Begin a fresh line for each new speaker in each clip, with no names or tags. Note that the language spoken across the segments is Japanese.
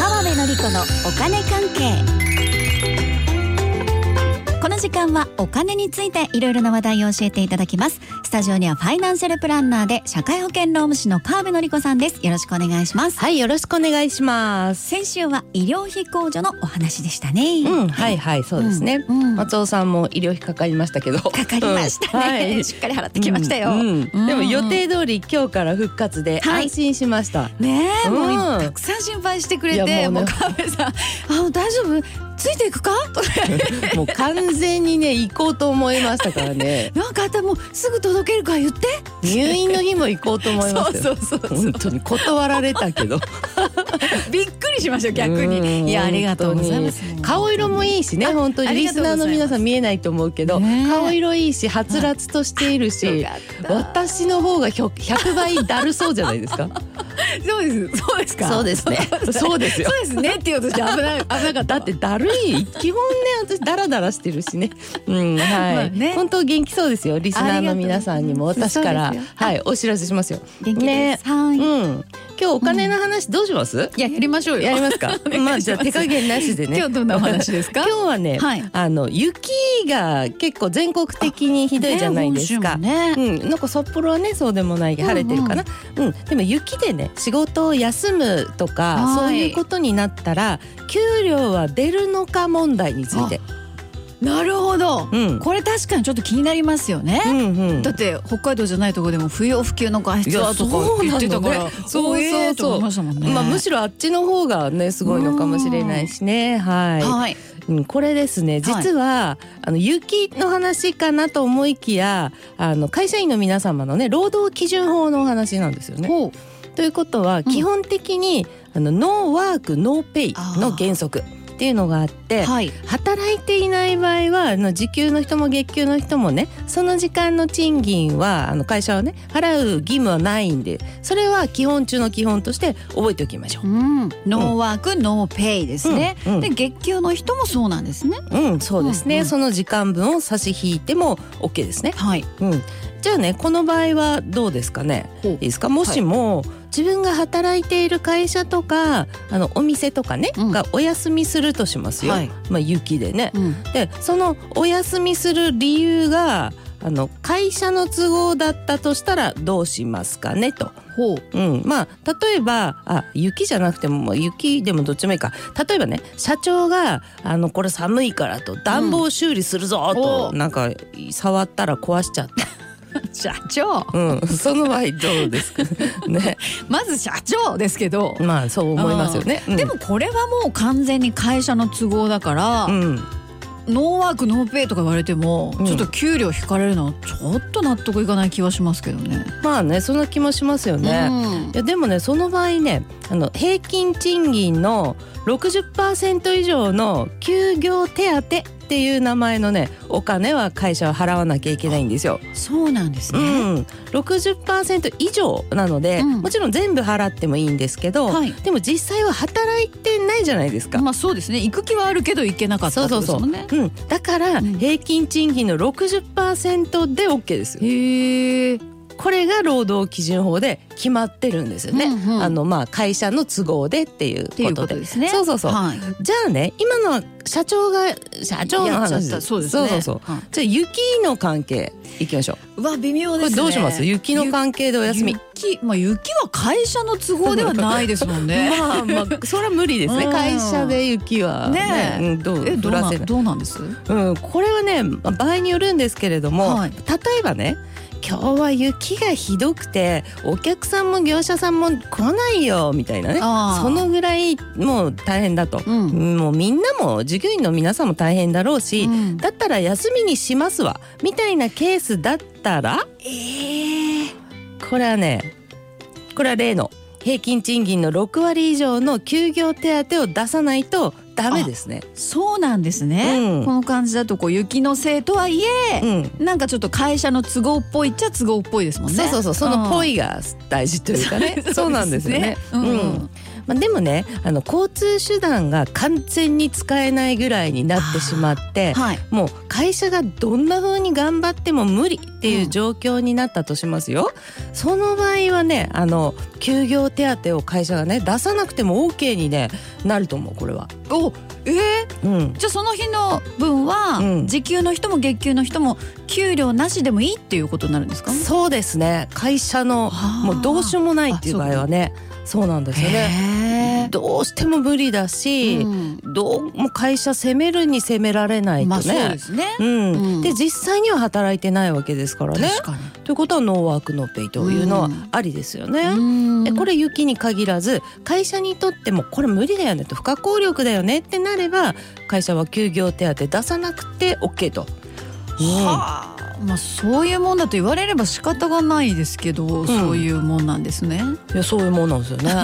子のお金関係この時間はお金についていろいろな話題を教えていただきますスタジオにはファイナンシャルプランナーで社会保険労務士の川辺典子さんですよろしくお願いします
はい、よろしくお願いします。
先週は医療費控除のお話でしたね
うん、はいはい、そうですね。
うんうん
松尾さんも医療費かかりましたけど。か
かかりましたね、しっかり払ってきましたよ、うん
でも予定通り今日から復活で
はい
安心しました。
ねえ、も
う
うんたくさん心配してくれ
い
て
や
も
も
う
うね
川辺さん「あ大丈夫ついていくか?」とか。
もう完全にね行こうと思いましたからね
なんかあったらもうすぐ届けるから言って
入院の日も行こうと思いましたよ。
うそうそ
本当に断られたけど
びっくりしました逆
うん
にいやありがとうございます
本当に顔色もいいしね本当
あ
に
り
リ
がと
ス
うござ
ナ
い
ー
ます
の皆さん見えないと思うけど、
ねえ
顔色いいしはつらつとしている
よ
し
かった
私の方がひょ100倍だるそうじゃないですか
そうです そうですか
そうですね そうですよ
そうですねっていうことして危 ない危なかった
だってだるい基本ね私ダラダラしてるしねうんはい、
まあね
本当元気そうですよリスナーの皆さんにも
ありがと
私
うござ
か
います
ら
そうですよ
はいお知らせしますよ
元気です、は
う
い、
ん
い
今日お金の話どうします、
ややりましょうよ
やりますか
お願いし
まあじゃあ手加減なしでね
今日どんなお話ですか
今日はね、
はい
あの雪が結構全国的にひどいじゃないですか、
ね本
うん、なんか札幌はねそうでもない
んうん
晴れてるかな、うんでも雪でね仕事を休むとか
はい
そういうことになったら給料は出るのか問題について、
州もねなるほど、
うん
これ確かにちょっと気になりますよね、
うんうん
だって北海道じゃないとこでも不要不急の外出はと
いやそうな
か
のね
言ってたから、
そう
おえー
そうそう
と思いましたもんね、
まあ、むしろあっちの方がねすごいのかもしれないしねはい、
はい
うん、これですね実は、あの雪の話かなと思いきやあの会社員の皆様のね労働基準法のお話なんですよね。
ほう
ということは基本的に、あのノーワークノーペイの原則っていうのがあって
はい
働いていない場合はあの時給の人も月給の人もねその時間の賃金はあの会社はね払う義務はないんでそれは基本中の基本として覚えておきましょう。
うん、ノーワーク、ノーペイですね、
うんうん
で月給の人もそうなんですね
うん、そうですね、
うんうん
その時間分を差し引いても OK ですね。
はい
うん、じゃあねこの場合はどうですかね
ほう
いいですかもしも、自分が働いている会社とかあのお店とかね、
うん
がお休みするとしますよ、
はい
まあ、雪でね。
うん
でそのお休みする理由があの会社の都合だったとしたらどうしますかねと。
ほう
うん、まあ例えばあ雪じゃなくても、まあ、雪でもどっちもいいか例えばね社長が「あのこれ寒いから」と「暖房修理するぞ」と、
お
なんか触ったら壊しちゃった。
社長
うん、その場合どうですか ね。
まず社長ですけど、
まあそう思いますよね。うん
で、もこれはもう完全に会社の都合だから、
うん、
ノーワークノーペイとか言われても、
うん
ちょっと給料引かれるのはちょっと納得いかない気はしますけどね。
まあねそんな気もしますよね。いやでもねその場合ねあの平均賃金の60%以上の休業手当っていう名前のねお金は会社は払わなきゃいけないんですよ。
うん、そうなんです
う
ね。
ん、60%以上なので、
うん
もちろん全部払ってもいいんですけど、
はい
でも実際は働いてないじゃないですか。
まあそうですね。行く気はあるけど行けなかったってことですもんね。
うん、だから
うん
平均賃金の60%で OK ですよ。
へえ。
これが労働基準法で決まってるんですよね。
うんうん
あのまあ会社の都合でっていう
ってい
こ
うことと
で。
ですね。
そうそうそう
はい。
じゃあね今のは社長が社長の
やっちゃっ
話
たそうですね。
そうそうそう
はい
じゃあ雪の関係いきましょう。
うわ微妙
こ
ですね。
れどうします？雪の関係でお休み。
雪まあ雪は会社の都合ではないですもんね。
まあまあそれは無理ですね。
うん
会社で雪は
ねえ
ねうんど う
えど
ぶ
う
ら
な
せ
ん
ない。
どうなんです？
うん、これはねまあ場合によるんですけれども、
はい
例えばね今日は雪がひどくてお客さんも業者さんも来ないよみたいなね
あー
そのぐらいもう大変だと、
うん
もうみんなも従業員の皆さんも大変だろうし、
うん
だったら休みにしますわみたいなケースだったら
ええ。
これはねこれは例の平均賃金の6割以上の休業手当を出さないとダメですね。
そうなんですね。
うん
この感じだとこう雪のせいとはいえ、
うん
なんかちょっと会社の都合っぽいっちゃ都合っぽいですもんね。
そうそうそう、その
い。
ぽいが大事というかね そうなんですよね。
う
うんん、まあ、でもねあの交通手段が完全に使えないぐらいになってしまって、
はい。
もう会社がどんな風に頑張っても無理っていう状況になったとしますよ、その場合はねあの休業手当を会社がね出さなくても OK に、ね、なると思うこれは。
お、えー、
うん
じゃあその日の分は、
うん
時給の人も月給の人も給料なしでもいいっていうことになるんですか？
そうですね会社の
はあ
もうどうしようもないっていう場合はねそうなんですよね。
へ
どうしても無理だ
え。
し、
うん
どうも会社責めるに責められないとね。
まあそうですね。
うん
うん
で実際には働いてないわけですからね。
確か
ということはノーワークノーペイというの
う
は
ん
ありですよ
に。
ね。
うん
でこれ雪に限らず会社にとってもこれ無理だよねと不可抗力だよねってなれば会社は休業手当出さなくて OK と。
はあ、まあそういうもんだと言われれば仕方がないですけど、そういうもんなんですね。
いやそういうもんなんです よね。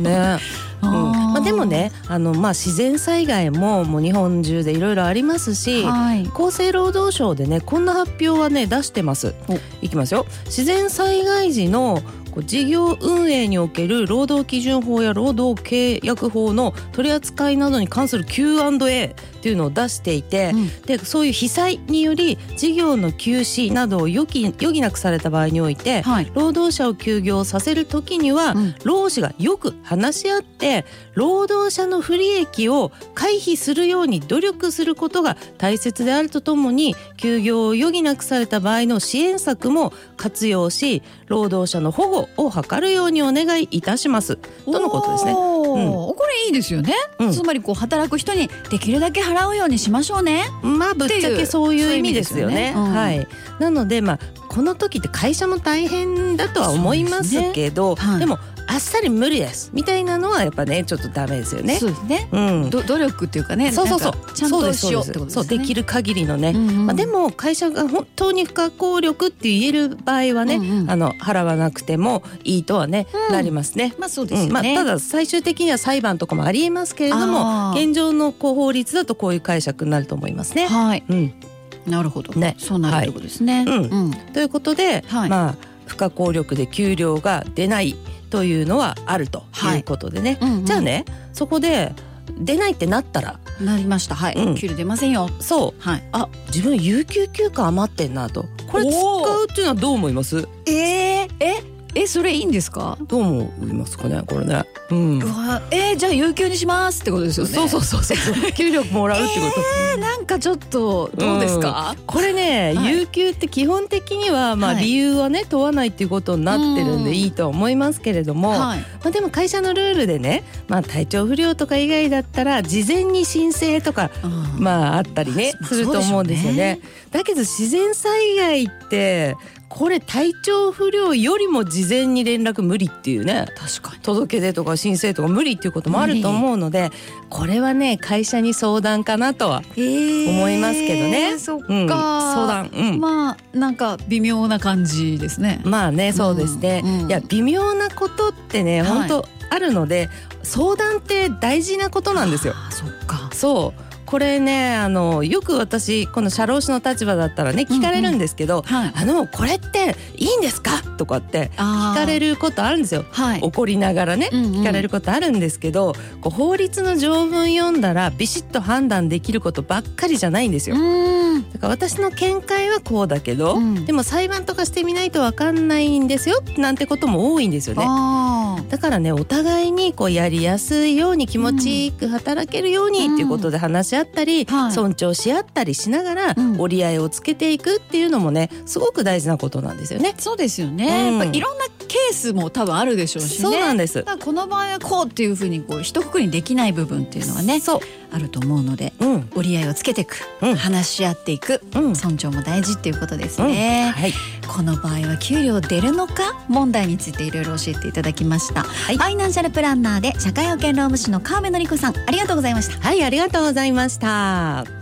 ね、うんまあ、でもねあの、まあ、自然災害ももう日本中でいろいろありますし、
はい。
厚生労働省でねこんな発表はね出してます
お
いきますよ自然災害時のこう事業運営における労働基準法や労働契約法の取り扱いなどに関する Q&A っていうのを出していて、
うん
でそういう被災により事業の休止などを余儀余儀なくされた場合において
はい。
労働者を休業させる時には、
うん
労使がよく話し合って労働者の不利益を回避するように努力することが大切であるとともに休業を余儀なくされた場合の支援策も活用し労働者の保護を図るようにお願いいたしますとのことですね。
おー
うん
これいいですよね。
うん
つまりこう働く人にできるだけ払うようにしましょうね。
まあぶっちゃ
ってい
け
う
そういう意味ですよ
そういう意味ですよね
ね。
うん
はい。なのでまあこの時って会社も大変だとは思いま
そうです
す
ね
けど、
はい
でもあっさり無理ですみたいなのはやっぱねちょっとダメですよね。
そうですね。
うん。
ど努力っていうかね。
そうそうそう
なんかちゃんとしようってことですね。
そうできる限りのね、
うんうん
まあ、でも会社が本当に不可抗力って言える場合はね、
うんうん
あの払わなくてもいいとはね、
うん
なりますね。
まあそうで
う
す
ん
よね。
まあ、ただ最終的には裁判とかもありえますけれども
あー
現状のこう法律だとこういう解釈になると思いますね。
はい、
うん、
なるほど。
ね
そうなるってことですね。
はいうん
うん
ということで、
はい
まあ、不可抗力で給料が出ないというのはあるということでね、
うんうん
じゃあねそこで出ないってなったら
なりました。はい、
うん
給料出ませんよ。
そう
はい。
あ自分有給休暇余ってんなとこれ使うっていうのはどう思います
えー、え、え、それいいんですか。
どう思いますかねこれねうん
うわ、えー、じゃあ有給にしますってことですよね。
そうそうそうそう給料もらうってこと、
えーなんかちょっとどうですか。
これね、
はい
有給って基本的にはまあ
はい
理由はね問わないっていうことになってるん
うん
でいいとは思いますけれども、
はい。
まあ、でも会社のルールでね、まあ、体調不良とか以外だったら事前に申請とか
ま
まああったりね
まあ
すると思うんですよね。だけど自然災害ってこれ体調不良よりも事前に連絡無理っていう
あ、
ね
確かに。
届け出とか申請とか無理っていうこともあると思うのでこれはね会社に相談かなとは、
えー
思いますけどね
そっか。
うん、相談、うんま
まあ、なんか微妙な感じですね。
あねそうですね、
うんうん
いや微妙なことってね
はい
本当あるので、相談って大事なことなんですよ。
あー、そっか。
そうこれねあのよく私この社労士の立場だったらね聞かれるんですけど、
はい。
あのこれっていいんですかとかって
あ
聞かれ
る。
ることあるんですよ
はい。
怒りながらね、聞
聞
かれる。ことあるんですけど、こう法律の条文読んだらビシッと判断できることばっかりじゃないんです
う
よ。
ん。
だから私の見解はこうだけど、
うん
でも裁判とかしてみないとわかんないんですよなんてことも多いんですよね。
ああ。
だからねお互いにこうやりやすいように気持ちよく働けるようにっていうことで話し合ったり、
はい
尊重し合ったりしながら
うん
折り合いをつけていくっていうのもねすごく大事なことなんですよね。
そうですよね、
うん
やっぱいろんなケースも多分あるでしょうしね
そうなんです。
ただこの場合はこうっていうふうにこう一括りにできない部分っていうのはね
そ
あると思うので
う、うん、
折り合いをつけていく、
うん
話し合っていく
うん、
尊重も大事っていうことです
うん
ね、
はい、
この場合は給料出るのか問題についていろいろ教えていただきました、
い
ファイナンシャルプランナーで社会保険労務士の川辺典子さんありがとうございました
はい、ありがとうございました。